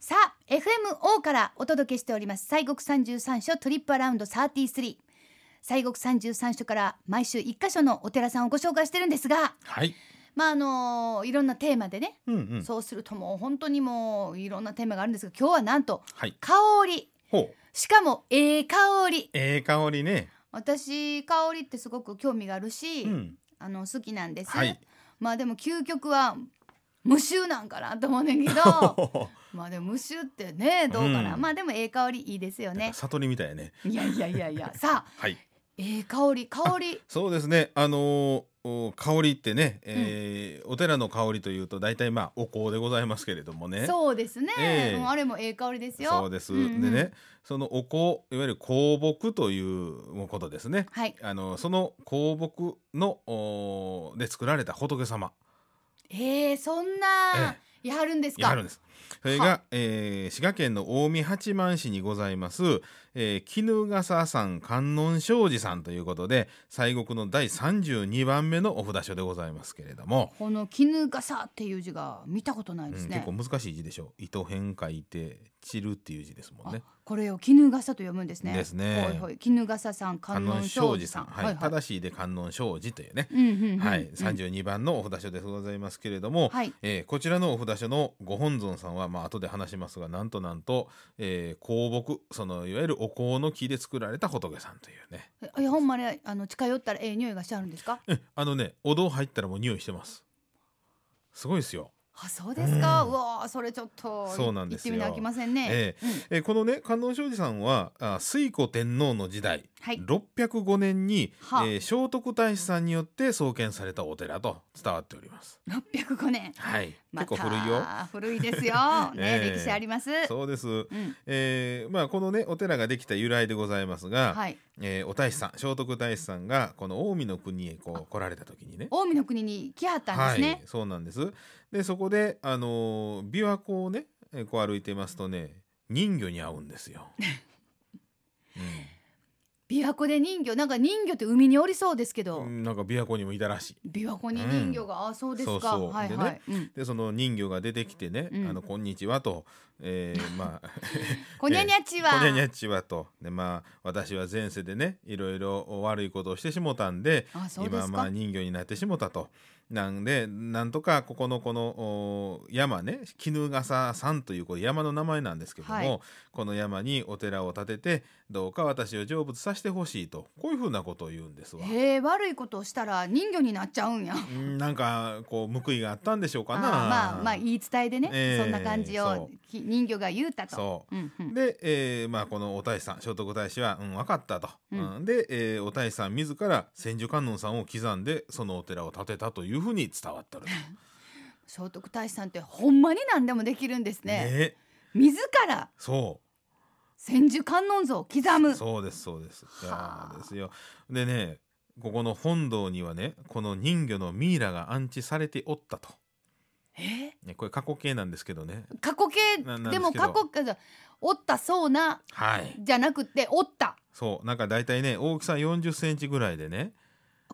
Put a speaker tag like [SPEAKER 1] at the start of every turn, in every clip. [SPEAKER 1] さあ FMO からお届けしております西国三十三所トリップアラウンド33西国三十三所から毎週一箇所のお寺さんをご紹介してるんですが
[SPEAKER 2] はい。
[SPEAKER 1] まああのいろんなテーマでね、
[SPEAKER 2] うんうん。
[SPEAKER 1] そうするともう本当にもういろんなテーマがあるんですが今日はなんと
[SPEAKER 2] はい。
[SPEAKER 1] 香り
[SPEAKER 2] ほう。
[SPEAKER 1] しかもええ香り
[SPEAKER 2] ええ香りね。
[SPEAKER 1] 私香りってすごく興味があるし、
[SPEAKER 2] うん。
[SPEAKER 1] あの好きなんです、
[SPEAKER 2] はい。
[SPEAKER 1] まあでも究極は無臭なんかなと思うねんけ ど
[SPEAKER 2] ほ
[SPEAKER 1] まあでも無臭ってねどうかな、
[SPEAKER 2] うん
[SPEAKER 1] まあでもええ香りいいですよ
[SPEAKER 2] う
[SPEAKER 1] ね
[SPEAKER 2] 悟りみたいやね。
[SPEAKER 1] いやいやいやい やさあ
[SPEAKER 2] はい。
[SPEAKER 1] ええ香り香り
[SPEAKER 2] そうですね。あのーお香りってね、えーお寺の香りというと大体まあお香でございますけれどもね。
[SPEAKER 1] そうですね、
[SPEAKER 2] ええ
[SPEAKER 1] うんあれもええ香りですよ
[SPEAKER 2] そうです。
[SPEAKER 1] んん
[SPEAKER 2] でね、そのお香、いわゆる香木ということですね。
[SPEAKER 1] はい
[SPEAKER 2] あのその香木のおーで作られた仏様
[SPEAKER 1] ええそんな
[SPEAKER 2] え
[SPEAKER 1] やはるんです
[SPEAKER 2] が
[SPEAKER 1] か
[SPEAKER 2] あるんです。それ
[SPEAKER 1] は
[SPEAKER 2] が、えー滋賀県の近江八幡市にございます、えー、絹笠山観音障子さんということで西国の第32番目のお札所でございますけれども、
[SPEAKER 1] この絹笠っていう字が見たことな
[SPEAKER 2] う
[SPEAKER 1] い
[SPEAKER 2] ん
[SPEAKER 1] です
[SPEAKER 2] 結
[SPEAKER 1] ね、
[SPEAKER 2] 構難しい字でしょ糸変化いて散るっていう字ですもんね
[SPEAKER 1] あ。これを絹笠と読むんですね
[SPEAKER 2] ですね
[SPEAKER 1] ほいほい絹笠さん観
[SPEAKER 2] 観
[SPEAKER 1] 音
[SPEAKER 2] 音
[SPEAKER 1] 障
[SPEAKER 2] 障
[SPEAKER 1] 子
[SPEAKER 2] 子
[SPEAKER 1] さ
[SPEAKER 2] さ
[SPEAKER 1] ん
[SPEAKER 2] ん、はい正しいで観音障子というね、
[SPEAKER 1] うんうんうん
[SPEAKER 2] はい、
[SPEAKER 1] うん
[SPEAKER 2] 32番のお札所でございますけれども、
[SPEAKER 1] はい
[SPEAKER 2] えーこちらのお札所のご本尊さんは、まあ後で話しますがなんとなんと、えー、香木そのいわゆるお香の木で作られた仏さんというね
[SPEAKER 1] えいやほんまにあの近寄ったらええ匂いがしてあるんですか
[SPEAKER 2] えあのねお堂入ったらもう匂いしてますすごいですよ、
[SPEAKER 1] あそうですか、う
[SPEAKER 2] うん
[SPEAKER 1] わあそれちょっと
[SPEAKER 2] そうなんですよ
[SPEAKER 1] 行ってみなきゃいけませんね、
[SPEAKER 2] え
[SPEAKER 1] うん
[SPEAKER 2] えーこのね観音障子さんはあ推古天皇の時代、
[SPEAKER 1] はい
[SPEAKER 2] 605年に、
[SPEAKER 1] はあ
[SPEAKER 2] えー聖徳太子さんによって創建されたお寺と伝わっております
[SPEAKER 1] 605年
[SPEAKER 2] はい
[SPEAKER 1] ま
[SPEAKER 2] 結
[SPEAKER 1] た
[SPEAKER 2] 構古いよ
[SPEAKER 1] 古いです よね、
[SPEAKER 2] ええ
[SPEAKER 1] 歴史ありますう、
[SPEAKER 2] そうです
[SPEAKER 1] ん、
[SPEAKER 2] えーまあ、このねお寺ができた由来でございますが、
[SPEAKER 1] はい
[SPEAKER 2] えーお太子さん聖徳太子さんがこの近江の国へこう来られた時にね
[SPEAKER 1] 近江の国に来はったんです
[SPEAKER 2] は
[SPEAKER 1] ね
[SPEAKER 2] い、、そうなんですでそこで、あのー琵琶湖をねえーこう歩いてますとね人魚に会うんで すよ。
[SPEAKER 1] 琵琶湖で人魚なんか人魚って海におりそうですけ
[SPEAKER 2] う
[SPEAKER 1] ど、
[SPEAKER 2] ん、なんか琵琶湖にもいたらしい。
[SPEAKER 1] 琵琶湖に人魚が、あそうですか
[SPEAKER 2] そうそう
[SPEAKER 1] はい
[SPEAKER 2] で
[SPEAKER 1] はい
[SPEAKER 2] ね、
[SPEAKER 1] うん、
[SPEAKER 2] でその人魚が出てきてね「
[SPEAKER 1] うん
[SPEAKER 2] あのこんにちはと」 えーまあ
[SPEAKER 1] こにゃにゃちは、
[SPEAKER 2] こにゃにゃちはとでまあ私は前世でねいろいろ悪いことをしてしもたんで
[SPEAKER 1] あそうで
[SPEAKER 2] 今
[SPEAKER 1] す
[SPEAKER 2] まあ
[SPEAKER 1] か
[SPEAKER 2] 人魚になってしもたと。なんでなんとかここのこのお山ね絹笠山というこれ山の名前なんですけども、
[SPEAKER 1] はい
[SPEAKER 2] この山にお寺を建ててどうか私を成仏させてほしいとこういうふうなことを言うんですわ。
[SPEAKER 1] へえ悪いことをしたら人魚になっちゃうんや
[SPEAKER 2] うんなんかこう報いがあったんでしょうかな。
[SPEAKER 1] あーまあまあ言い伝えでね、
[SPEAKER 2] ええ
[SPEAKER 1] そんな感じ
[SPEAKER 2] そ
[SPEAKER 1] をき人魚が言うたと
[SPEAKER 2] そう
[SPEAKER 1] うんうん、
[SPEAKER 2] で、えーまあ、このお太子さん聖徳太子は「うん分かったと」
[SPEAKER 1] うん
[SPEAKER 2] うんで、えーお太子さん自ら千手観音さんを刻んでそのお寺を建てたというふうに伝わって ると。
[SPEAKER 1] 聖徳太子さんってほんまに何でもできるんですね
[SPEAKER 2] ね
[SPEAKER 1] 自ら
[SPEAKER 2] そう
[SPEAKER 1] 千手観音像を刻む
[SPEAKER 2] そうですそうです。い
[SPEAKER 1] は
[SPEAKER 2] や
[SPEAKER 1] あ
[SPEAKER 2] ーですよ。でねここの本堂にはねこの人魚のミイラが安置されておったと。
[SPEAKER 1] え
[SPEAKER 2] ね、これ過去形なんですけどね。
[SPEAKER 1] 過去形
[SPEAKER 2] ななんです
[SPEAKER 1] で
[SPEAKER 2] けど
[SPEAKER 1] も過去形じゃおったそうな
[SPEAKER 2] はい。
[SPEAKER 1] じゃなくておった
[SPEAKER 2] そうなんかだいたいね大きさ40センチぐらいでね。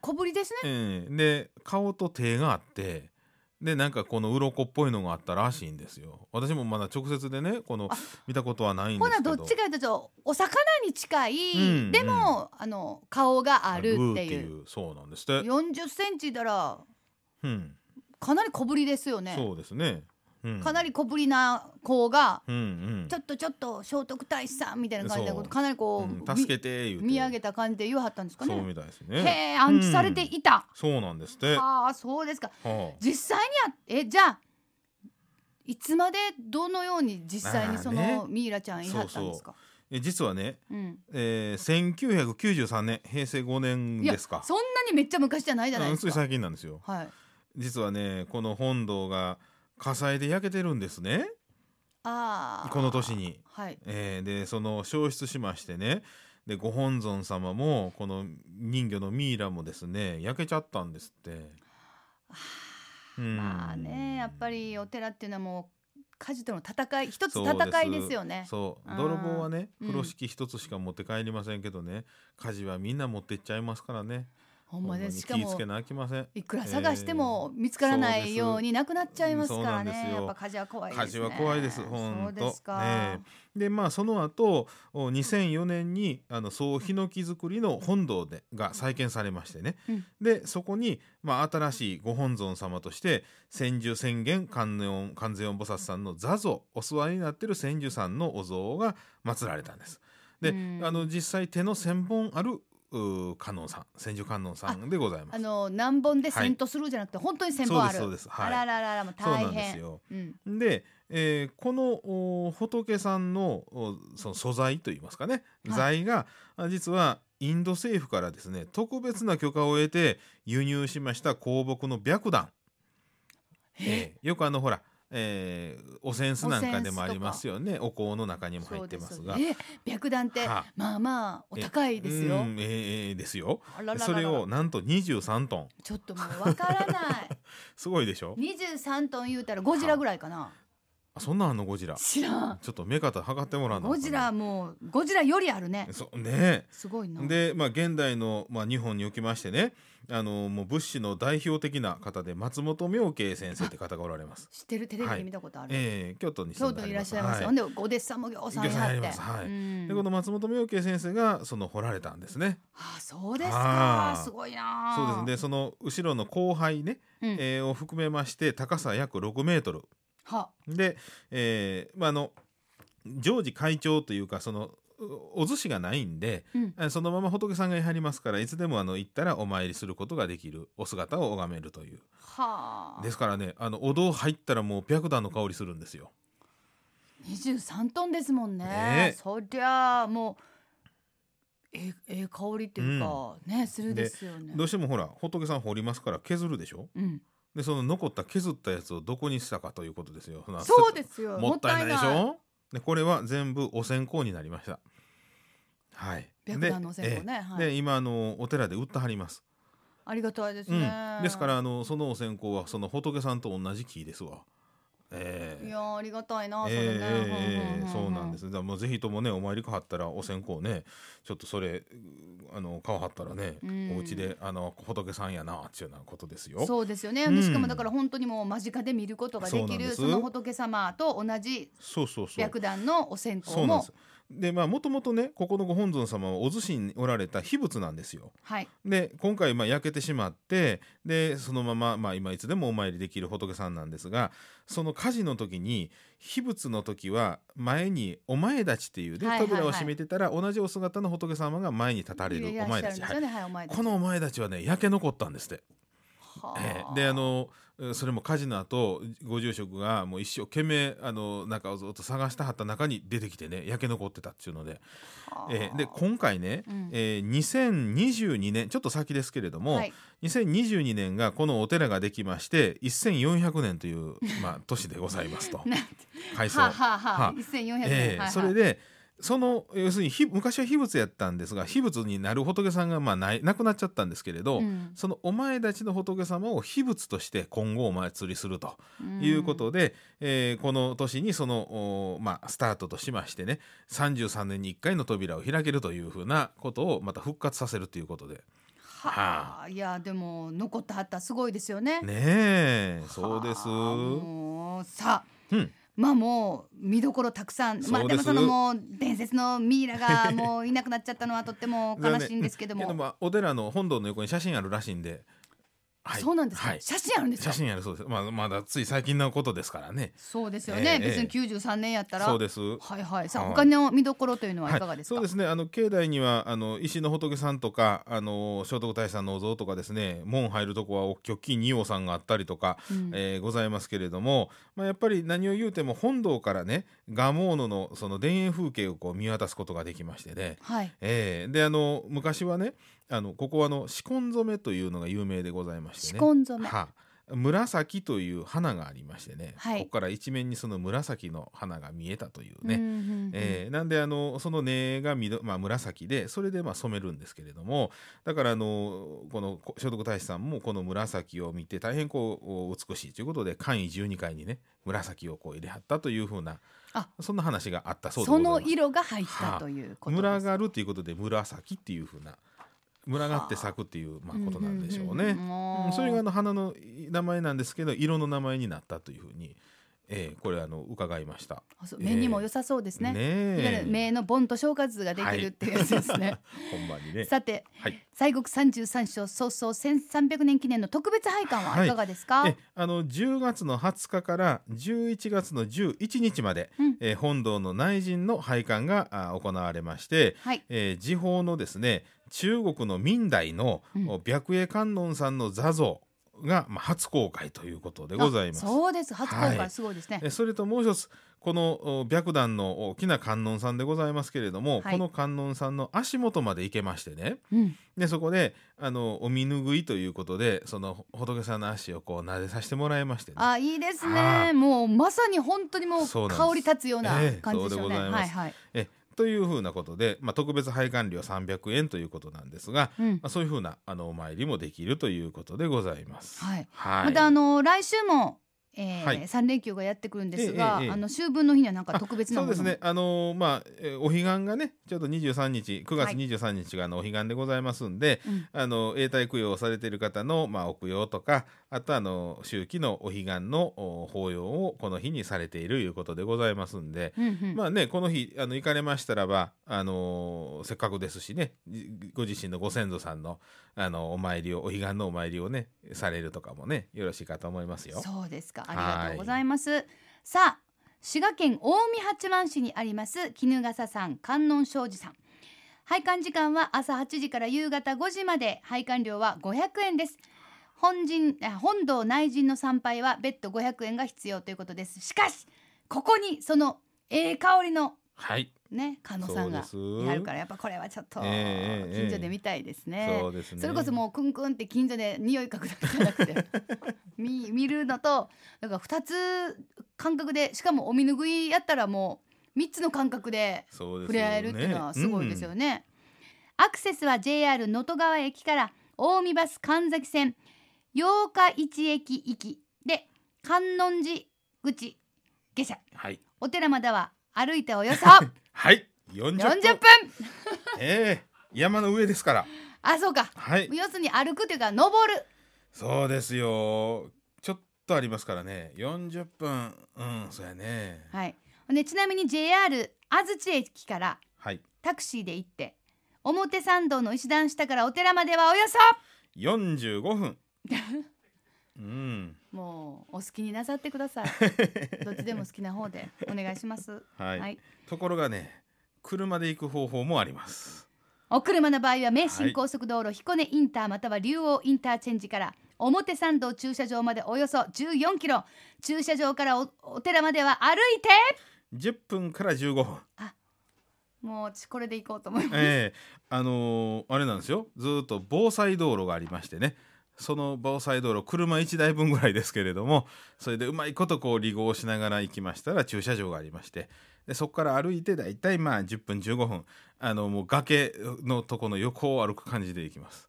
[SPEAKER 1] 小ぶりですね
[SPEAKER 2] うん、で顔と手があって。でなんかこの鱗っぽいのがあったらしいんですよ私もまだ直接でねこの
[SPEAKER 1] あ
[SPEAKER 2] 見たことはないんで
[SPEAKER 1] ほ
[SPEAKER 2] す
[SPEAKER 1] な
[SPEAKER 2] けど
[SPEAKER 1] どっちかというとお魚に近い、
[SPEAKER 2] うん
[SPEAKER 1] でもあの顔があるっていう
[SPEAKER 2] うそうなんですって、
[SPEAKER 1] 40センチなら
[SPEAKER 2] うん
[SPEAKER 1] かなり小ぶりですよね
[SPEAKER 2] そうですね、うん、
[SPEAKER 1] かなり小ぶりな子が
[SPEAKER 2] うんうん
[SPEAKER 1] ちょっとちょっと聖徳太子さんみたいな感じで
[SPEAKER 2] そう
[SPEAKER 1] かなりこう、
[SPEAKER 2] うん、助けて言うて
[SPEAKER 1] み見上げた感じで言わはったんですか
[SPEAKER 2] そう
[SPEAKER 1] ね。
[SPEAKER 2] みたいです
[SPEAKER 1] へ
[SPEAKER 2] ね。
[SPEAKER 1] え暗記されていた。
[SPEAKER 2] そうなんですって。は
[SPEAKER 1] ああそうですか。
[SPEAKER 2] あ
[SPEAKER 1] 実際にあえじゃあいつまでどのように実際にそ
[SPEAKER 2] まあ
[SPEAKER 1] の
[SPEAKER 2] ね
[SPEAKER 1] ミイラちゃんいはったんですか。
[SPEAKER 2] え実はね、
[SPEAKER 1] うん。
[SPEAKER 2] えー、1993年平成5年
[SPEAKER 1] いや
[SPEAKER 2] ですか。
[SPEAKER 1] そんなにめっちゃ昔じゃないじゃない
[SPEAKER 2] うん
[SPEAKER 1] です
[SPEAKER 2] つい
[SPEAKER 1] か。
[SPEAKER 2] 最近なんですよ。
[SPEAKER 1] はい。
[SPEAKER 2] 実はねこの本堂が火災で焼けてるんですね。
[SPEAKER 1] ああ。
[SPEAKER 2] この年に。
[SPEAKER 1] はい。
[SPEAKER 2] えー、でその焼失しましてねでご本尊様もこの人魚のミイラもですね焼けちゃったんですって。うん
[SPEAKER 1] まあねやっぱりお寺っていうのはもう火事との戦い一つ
[SPEAKER 2] そうです
[SPEAKER 1] 戦いですよね。
[SPEAKER 2] そう
[SPEAKER 1] あー
[SPEAKER 2] 泥棒はね
[SPEAKER 1] うん
[SPEAKER 2] 風呂敷一つしか持って帰りませんけどね、火事はみんな持ってっちゃいますからね
[SPEAKER 1] ほんまです。し
[SPEAKER 2] ほ
[SPEAKER 1] か
[SPEAKER 2] んまに気ぃ
[SPEAKER 1] も
[SPEAKER 2] つけなあきません
[SPEAKER 1] いくら探しても見つからな
[SPEAKER 2] そうで
[SPEAKER 1] い
[SPEAKER 2] す
[SPEAKER 1] ようになくなっちゃいますから
[SPEAKER 2] うんそうなん
[SPEAKER 1] ね。
[SPEAKER 2] です
[SPEAKER 1] や
[SPEAKER 2] よ
[SPEAKER 1] っぱ火事は怖いですね。
[SPEAKER 2] 火事は怖いです
[SPEAKER 1] そ
[SPEAKER 2] ほ
[SPEAKER 1] うんで
[SPEAKER 2] と
[SPEAKER 1] すか。
[SPEAKER 2] ねでまあその後お2004年にあの総ヒノキ作りの本堂でが再建されましてね、
[SPEAKER 1] うん
[SPEAKER 2] でそこに、まあ、新しいご本尊様として千住宣言観音観世音菩薩さんの座像お座りになっている千住さんのお像が祀られたんです。で、
[SPEAKER 1] うん
[SPEAKER 2] あの実際手の1,000本あるうー観音さん千住観音さんでございま
[SPEAKER 1] あ
[SPEAKER 2] す。
[SPEAKER 1] の何本で
[SPEAKER 2] はい
[SPEAKER 1] 戦闘するじゃなくて、本当に戦闘ある。
[SPEAKER 2] そうですそうですはい
[SPEAKER 1] あららららもう
[SPEAKER 2] そう
[SPEAKER 1] 大
[SPEAKER 2] なんです
[SPEAKER 1] 変。
[SPEAKER 2] よ。
[SPEAKER 1] うん
[SPEAKER 2] で、えーこのお仏さんのおその素材といいますかね、
[SPEAKER 1] は
[SPEAKER 2] 材があ実はインド政府からですね特別な許可を得て輸入しました香木の白檀、えーよくあのほら、えーお扇子なんかでもありますよねお香の中にも入ってますが。
[SPEAKER 1] そうですよねえ白檀って
[SPEAKER 2] はあ
[SPEAKER 1] まあまあお高いですよ
[SPEAKER 2] う。んえーえーですよ
[SPEAKER 1] あらららら
[SPEAKER 2] それをなんと23トン
[SPEAKER 1] ちょっともうわから ない。
[SPEAKER 2] すごいでしょ
[SPEAKER 1] 二十三トン言うたらゴジラぐらいかな。
[SPEAKER 2] あそんなんあんのゴジラち
[SPEAKER 1] 知らん。
[SPEAKER 2] ょっと目方測ってもらうの
[SPEAKER 1] ゴジラもうゴジラよりあるね。
[SPEAKER 2] そうねえ
[SPEAKER 1] すごいな。
[SPEAKER 2] で、まあ、現代の、まあ、日本におきましてねあのもう物資の代表的な方で松本明慶先生って方がおら れます。
[SPEAKER 1] 知ってるテレビで見たことある。
[SPEAKER 2] ええ京都に住
[SPEAKER 1] 京
[SPEAKER 2] ん
[SPEAKER 1] 都
[SPEAKER 2] であ
[SPEAKER 1] にい
[SPEAKER 2] り
[SPEAKER 1] ら
[SPEAKER 2] ま
[SPEAKER 1] っ
[SPEAKER 2] す
[SPEAKER 1] しゃいますよ。
[SPEAKER 2] は
[SPEAKER 1] ほんでご弟子さんもぎょうさんや
[SPEAKER 2] ぎょうさん
[SPEAKER 1] っ
[SPEAKER 2] やり
[SPEAKER 1] て。
[SPEAKER 2] ますはい
[SPEAKER 1] うん
[SPEAKER 2] でこの松本明慶先生がその掘られたんですね。
[SPEAKER 1] あそうです
[SPEAKER 2] は
[SPEAKER 1] か。
[SPEAKER 2] あ
[SPEAKER 1] すごいな。
[SPEAKER 2] そうですねでその後ろの後輩ね、
[SPEAKER 1] うん
[SPEAKER 2] えーを含めまして高さ約6メートル
[SPEAKER 1] は
[SPEAKER 2] で、えーまあ、あの常時会長というかそのうお寿司がないんで、
[SPEAKER 1] うん
[SPEAKER 2] あそのまま仏さんがやはりますからいつでもあの行ったらお参りすることができるお姿を拝めるという
[SPEAKER 1] はあ。
[SPEAKER 2] ですからねあのお堂入ったらもう白檀の香りするんですよ
[SPEAKER 1] 二十三トンですもんね。
[SPEAKER 2] ねえ
[SPEAKER 1] そりゃあもうえええ香りっていうか、ねするですよね
[SPEAKER 2] ど。うしてもほら仏さん掘りますから削るでしょ
[SPEAKER 1] うん。
[SPEAKER 2] でその残った削ったやつをどこにしたかということですよな
[SPEAKER 1] そうですよ。
[SPEAKER 2] もったいないでし
[SPEAKER 1] も
[SPEAKER 2] ょでこれは全部お線香になりましたはい
[SPEAKER 1] 白檀のお線香ね
[SPEAKER 2] でええ
[SPEAKER 1] はい
[SPEAKER 2] で今あのお寺で売ってはります
[SPEAKER 1] ありがたいです
[SPEAKER 2] うん
[SPEAKER 1] ね。
[SPEAKER 2] ですからあのそのお線香はその仏さんと同じ木ですわ。え
[SPEAKER 1] い
[SPEAKER 2] え
[SPEAKER 1] やーありがたいな、
[SPEAKER 2] ええ
[SPEAKER 1] それ
[SPEAKER 2] えええ
[SPEAKER 1] ね、
[SPEAKER 2] えそうなんですね。だからもうぜひともねお参りかはったらお線香ねちょっとそれうあの買わはったらね、
[SPEAKER 1] うん
[SPEAKER 2] お家であの仏さんやなっていうようなことですよ。
[SPEAKER 1] そうですよね、
[SPEAKER 2] うん
[SPEAKER 1] しかもだから本当にもう間近で見ることがで
[SPEAKER 2] そうな
[SPEAKER 1] き
[SPEAKER 2] んで
[SPEAKER 1] る
[SPEAKER 2] す
[SPEAKER 1] その仏様と同じ
[SPEAKER 2] そうそうそう。
[SPEAKER 1] 白檀のお線
[SPEAKER 2] そ
[SPEAKER 1] 香
[SPEAKER 2] うなんで
[SPEAKER 1] も
[SPEAKER 2] す。でまあもともとねここのご本尊様はお寿司におられた秘仏なんですよ。
[SPEAKER 1] はい
[SPEAKER 2] で今回まあ焼けてしまってでそのまま、まあ、今いつでもお参りできる仏さんなんですがその火事の時に秘仏の時は前にお前立ちっていうね、
[SPEAKER 1] はいはいはい
[SPEAKER 2] 扉を閉めてたら同じお姿の仏様が前に立たれる
[SPEAKER 1] いら
[SPEAKER 2] お
[SPEAKER 1] っしゃ
[SPEAKER 2] 前
[SPEAKER 1] るん
[SPEAKER 2] 立
[SPEAKER 1] です
[SPEAKER 2] ち、
[SPEAKER 1] よ
[SPEAKER 2] はい
[SPEAKER 1] ねはいお前立ち
[SPEAKER 2] このお前立ちはね焼け残ったんですって、
[SPEAKER 1] は
[SPEAKER 2] ええであのえそれも火事の後ご住職がもう一生懸命あの中をずっと探したはった中に出てきてね焼け残ってたっていうので、
[SPEAKER 1] はあ
[SPEAKER 2] ええで今回ね、
[SPEAKER 1] うん
[SPEAKER 2] えー2022年ちょっと先ですけれども、
[SPEAKER 1] はい
[SPEAKER 2] 2022年がこのお寺ができまして1400年という、まあ、年でございますと
[SPEAKER 1] なんて
[SPEAKER 2] 改装
[SPEAKER 1] はあ、はあは
[SPEAKER 2] は
[SPEAKER 1] あ
[SPEAKER 2] あ
[SPEAKER 1] 一千四百円、
[SPEAKER 2] え
[SPEAKER 1] はいは
[SPEAKER 2] え
[SPEAKER 1] い
[SPEAKER 2] それでその要するにひ昔は秘仏やったんですが秘仏になる仏さんがまあないなくなっちゃったんですけれ
[SPEAKER 1] う
[SPEAKER 2] ど、
[SPEAKER 1] ん
[SPEAKER 2] そのお前たちの仏様を秘仏として今後お祭りするということで、えーこの年にその、おまあ、スタートとしましてね33年に1回の扉を開けるというふうなことをまた復活させるということで。
[SPEAKER 1] はあいやでも残ったはったすごいですよね
[SPEAKER 2] ねえそうです。
[SPEAKER 1] はあもうさあ
[SPEAKER 2] うん
[SPEAKER 1] まあもう見どころたくさんまあ
[SPEAKER 2] そう
[SPEAKER 1] で
[SPEAKER 2] で
[SPEAKER 1] も
[SPEAKER 2] す
[SPEAKER 1] そのもう伝説のミイラ がもういなくなっちゃったのはとっても悲しいんですけど
[SPEAKER 2] い
[SPEAKER 1] も、
[SPEAKER 2] やまあお寺の本堂の横に写真あるらしいんで、はい
[SPEAKER 1] そうなんですか、
[SPEAKER 2] はい、
[SPEAKER 1] 写真あるんですか
[SPEAKER 2] 写真あるそうです、まあ、まだつい最近のことですからね
[SPEAKER 1] そうですよね、
[SPEAKER 2] ええ
[SPEAKER 1] 別に93年やったら
[SPEAKER 2] そうです
[SPEAKER 1] はいはいさあ、
[SPEAKER 2] はい
[SPEAKER 1] 他の見どころというのはいか
[SPEAKER 2] は
[SPEAKER 1] がで
[SPEAKER 2] い、
[SPEAKER 1] すか、
[SPEAKER 2] そうですねあの境内にはあの石の仏さんとかあの聖徳太子さんのお像とかですね門入るとこはおっきょっきい仁王さんがあったりとか、
[SPEAKER 1] うん
[SPEAKER 2] えーございますけれども、まあ、やっぱり何を言うても本堂からね蒲生野のその田園風景をこう見渡すことができましてね、
[SPEAKER 1] はい
[SPEAKER 2] えーであの昔はねあのここはあの紫根染めというのが有名でございましてね
[SPEAKER 1] 紫根染め
[SPEAKER 2] は紫という花がありましてね、
[SPEAKER 1] はい
[SPEAKER 2] ここから一面にその紫の花が見えたという
[SPEAKER 1] うん
[SPEAKER 2] ね、
[SPEAKER 1] うんうん
[SPEAKER 2] えーなんであのその根が緑、まあ、紫でそれでまあ染めるんですけれどもだからあのこのこ聖徳太子さんもこの紫を見て大変こう美しいということで簡易12階にね紫をこう入れはったというふうな
[SPEAKER 1] あ
[SPEAKER 2] そんな話があったそう
[SPEAKER 1] そ
[SPEAKER 2] でございま
[SPEAKER 1] の
[SPEAKER 2] す。
[SPEAKER 1] 色が入ったということです、
[SPEAKER 2] 村があるということで紫っていうふうな群がって咲くっていう、まあ、ことなんでしょう
[SPEAKER 1] う
[SPEAKER 2] ね。
[SPEAKER 1] ん
[SPEAKER 2] うんそれがあの花の名前なんですけど色の名前になったというふうに、えーこれあの伺いました。
[SPEAKER 1] あそう目にも良さそうですね。いわゆ
[SPEAKER 2] ね
[SPEAKER 1] る
[SPEAKER 2] え
[SPEAKER 1] 目のボンと小数ができるっていうやつです ね。
[SPEAKER 2] ほんまにね。
[SPEAKER 1] さて、
[SPEAKER 2] はい
[SPEAKER 1] 西国三十三所早々千三百年記念の特別拝観は
[SPEAKER 2] はい
[SPEAKER 1] いかがですか。
[SPEAKER 2] えあの10月の20日から11月の11日まで、
[SPEAKER 1] うん
[SPEAKER 2] えー本堂の内陣の拝観があ行われまして、
[SPEAKER 1] はい。
[SPEAKER 2] えー、時報のですね中国の明代の、
[SPEAKER 1] うん
[SPEAKER 2] お白衣観音さんの座像が、まあ、初公開ということでございます
[SPEAKER 1] あ。そうです。初公
[SPEAKER 2] は
[SPEAKER 1] 開
[SPEAKER 2] い
[SPEAKER 1] すごいですね。
[SPEAKER 2] えそれともう一つこのお白檀の大きな観音さんでございますけれども、
[SPEAKER 1] はい
[SPEAKER 2] この観音さんの足元まで行けましてね
[SPEAKER 1] うん。
[SPEAKER 2] でそこであのお見拭いということでその仏さんの足をこう撫でさせてもらいましてね
[SPEAKER 1] あ、いいです
[SPEAKER 2] は
[SPEAKER 1] ね。
[SPEAKER 2] い
[SPEAKER 1] もうまさに本当にもう
[SPEAKER 2] そう
[SPEAKER 1] 香
[SPEAKER 2] なんです
[SPEAKER 1] り立つような
[SPEAKER 2] ええ
[SPEAKER 1] 感じでしょうね。
[SPEAKER 2] そうでございます
[SPEAKER 1] はいはい。
[SPEAKER 2] えというふうなことで、まあ、特別拝観料300円ということなんですが、
[SPEAKER 1] うん。
[SPEAKER 2] まあ、そういうふうなあのお参りもできるということでございます。
[SPEAKER 1] はい
[SPEAKER 2] はい
[SPEAKER 1] またあの来週も。えー
[SPEAKER 2] はい
[SPEAKER 1] 3連休がやってくるんですが、
[SPEAKER 2] ええええ
[SPEAKER 1] あの秋分の日にはなんか特別なも
[SPEAKER 2] そう
[SPEAKER 1] の
[SPEAKER 2] ですね、あのーまあ、えーお彼岸がね、ちょうど23日、9
[SPEAKER 1] は
[SPEAKER 2] 月
[SPEAKER 1] い
[SPEAKER 2] 23日があのお彼岸でございますんで、
[SPEAKER 1] うん
[SPEAKER 2] あの永代供養をされている方の、まあ、お供養とか、あとあの周期のお彼岸のお法要をこの日にされているいうことでございますんで、
[SPEAKER 1] うんうん
[SPEAKER 2] まあね、この日あの行かれましたらば、あのーせっかくですしねじご自身のご先祖さんのあのお参りをお彼岸のお参りをねされるとかもねよろしいかと思いますよ。
[SPEAKER 1] そうですか。あ
[SPEAKER 2] はい
[SPEAKER 1] りがとうございます。さあ、滋賀県近江八幡市にあります絹笠さん、観音庄司さん。拝観時間は朝8時から夕方5時まで、拝観料は500円です。本陣あ本堂内陣の参拝は別途500円が必要ということです。しかし、ここにそのええ香りの
[SPEAKER 2] はい、
[SPEAKER 1] ね、加野さんが
[SPEAKER 2] そうです
[SPEAKER 1] やるから、やっぱこれはちょっと
[SPEAKER 2] ええええええ
[SPEAKER 1] 近所で見たいですね。
[SPEAKER 2] そうですね
[SPEAKER 1] それこそもうクンクンって近所で匂い嗅ぐだけじゃなく て見見るのとなんか2つ感覚でしかもお見拭いやったらもう3つの感覚で
[SPEAKER 2] そうですよね
[SPEAKER 1] 触れ合えるっていうのはすごいですよね。アクセスは JR 能登川駅から近江バス神崎線八日市駅行きで観音寺口下車
[SPEAKER 2] うんはい
[SPEAKER 1] お寺までは歩いてお よそ
[SPEAKER 2] はい40
[SPEAKER 1] 40分
[SPEAKER 2] ええ山の上ですから
[SPEAKER 1] あそうか
[SPEAKER 2] はい
[SPEAKER 1] 要するに歩くというか登る
[SPEAKER 2] そうですよちょっとありますからね40分うんそうやね
[SPEAKER 1] はい。でちなみに JR 安土駅から
[SPEAKER 2] はい
[SPEAKER 1] タクシーで行って表参道の石段下からお寺まではおよそ
[SPEAKER 2] 45分 うん
[SPEAKER 1] もうお好きになさってくだ さいどっちでも好きな方でお願いします
[SPEAKER 2] はい、
[SPEAKER 1] はい
[SPEAKER 2] ところがね車で行く方法もあります
[SPEAKER 1] お車の場合は名
[SPEAKER 2] は
[SPEAKER 1] 神
[SPEAKER 2] い
[SPEAKER 1] 高速道路彦根インターまたは竜王インターチェンジから表参道駐車場までおよそ14キロ駐車場からおお寺までは歩いて
[SPEAKER 2] 10分から15分
[SPEAKER 1] もうちこれで行こうと思い ます、
[SPEAKER 2] ええあのーあれなんですよずーっと防災道路がありましてねその防災道路車1台分ぐらいですけれどもそれでうまいことこう離合しながら行きましたら駐車場がありましてでそこから歩いてだいたいまあ10分15分あのもう崖のとこの横を歩く感じで行き ます。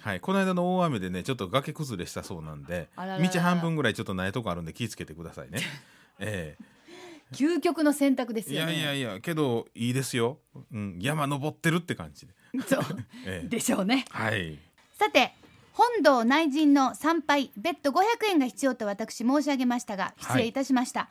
[SPEAKER 2] はい、この間の大雨でねちょっと崖崩れしたそうなんで
[SPEAKER 1] あらららら
[SPEAKER 2] 道半分ぐらいちょっとないとこあるんで気ぃつけてください ね。ええ
[SPEAKER 1] 究極の選択です
[SPEAKER 2] い
[SPEAKER 1] よ
[SPEAKER 2] や
[SPEAKER 1] ね
[SPEAKER 2] いやいやけどいいですよ、うん、山登ってるって感じで、
[SPEAKER 1] そう
[SPEAKER 2] ええ
[SPEAKER 1] でしょうね
[SPEAKER 2] はい
[SPEAKER 1] さて本堂内陣の参拝別途500円が必要と私申し上げましたが失礼いたしました、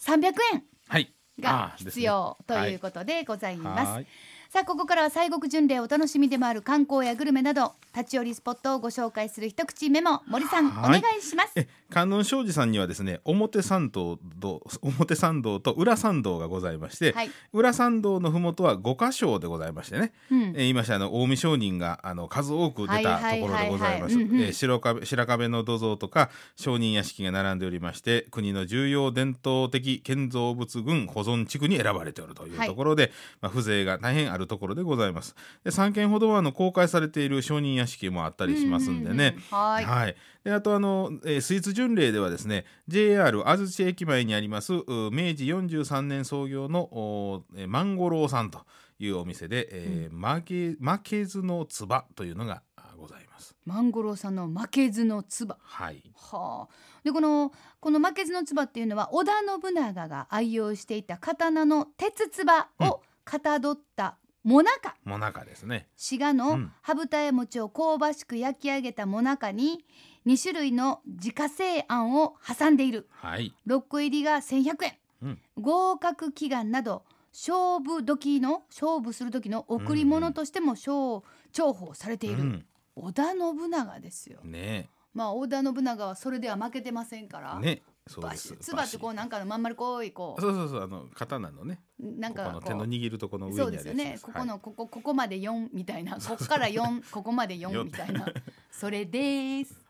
[SPEAKER 1] 300円
[SPEAKER 2] はい
[SPEAKER 1] が
[SPEAKER 2] あーです
[SPEAKER 1] 必
[SPEAKER 2] ね
[SPEAKER 1] 要ということでございます、
[SPEAKER 2] はい
[SPEAKER 1] さあここからは西国巡礼お楽しみでもある観光やグルメなど立ち寄りスポットをご紹介する一口メモ森さんお
[SPEAKER 2] は
[SPEAKER 1] 願
[SPEAKER 2] い
[SPEAKER 1] いします
[SPEAKER 2] え観音庄司さんにはですね表参道と表参道と裏参道がございまして、
[SPEAKER 1] はい
[SPEAKER 2] 裏参道の麓は五箇所でございましてね、
[SPEAKER 1] うん
[SPEAKER 2] えー今しあの近江商人があの数多く出た
[SPEAKER 1] はいはいはいはい
[SPEAKER 2] ところでございます
[SPEAKER 1] うんうん
[SPEAKER 2] えー白壁白壁の土蔵とか商人屋敷が並んでおりまして国の重要伝統的建造物群保存地区に選ばれておるという
[SPEAKER 1] はい
[SPEAKER 2] ところで、まあ、風情が大変あるところでございますで3軒ほどはあの公開されている商人屋敷もあったりしますんでね、
[SPEAKER 1] うううはい
[SPEAKER 2] であとあの、えースイーツ巡礼ではですね JR 安土駅前にありますう明治43年創業のおーえーマンゴローさんというお店で、えー負け負けずのつばというのがあございます。
[SPEAKER 1] マンゴローさんの負けずの唾
[SPEAKER 2] はい、
[SPEAKER 1] はあ、でこのこの負けずの唾っていうのは織田信長が愛用していた刀の鉄唾をかたどったもなか
[SPEAKER 2] もなかですね。
[SPEAKER 1] 滋賀
[SPEAKER 2] う
[SPEAKER 1] の
[SPEAKER 2] ん
[SPEAKER 1] 羽二重餅を香ばしく焼き上げたもなかに2種類の自家製あんを挟んでいる
[SPEAKER 2] はい。
[SPEAKER 1] 6個入りが1100円、
[SPEAKER 2] うん
[SPEAKER 1] 合格祈願など勝負時の勝負する時の贈り物としても重重宝されている、
[SPEAKER 2] うん
[SPEAKER 1] 織田信長ですよ
[SPEAKER 2] ね
[SPEAKER 1] まあ織田信長はそれでは負けてませんから、
[SPEAKER 2] ね。そう
[SPEAKER 1] バ
[SPEAKER 2] で
[SPEAKER 1] シ
[SPEAKER 2] す
[SPEAKER 1] ッ。つばってこう
[SPEAKER 2] バシ
[SPEAKER 1] なんかのまん丸こいこ
[SPEAKER 2] ッそうそうそうあの刀のね。
[SPEAKER 1] うなん
[SPEAKER 2] ここ
[SPEAKER 1] か
[SPEAKER 2] の
[SPEAKER 1] こ
[SPEAKER 2] 手の
[SPEAKER 1] う
[SPEAKER 2] 握るとこの上にあ
[SPEAKER 1] そう
[SPEAKER 2] る
[SPEAKER 1] で
[SPEAKER 2] やつ
[SPEAKER 1] すよねここ
[SPEAKER 2] は
[SPEAKER 1] のここここまで4みたいなこっから4ここまで4
[SPEAKER 2] 四
[SPEAKER 1] みたいなそれです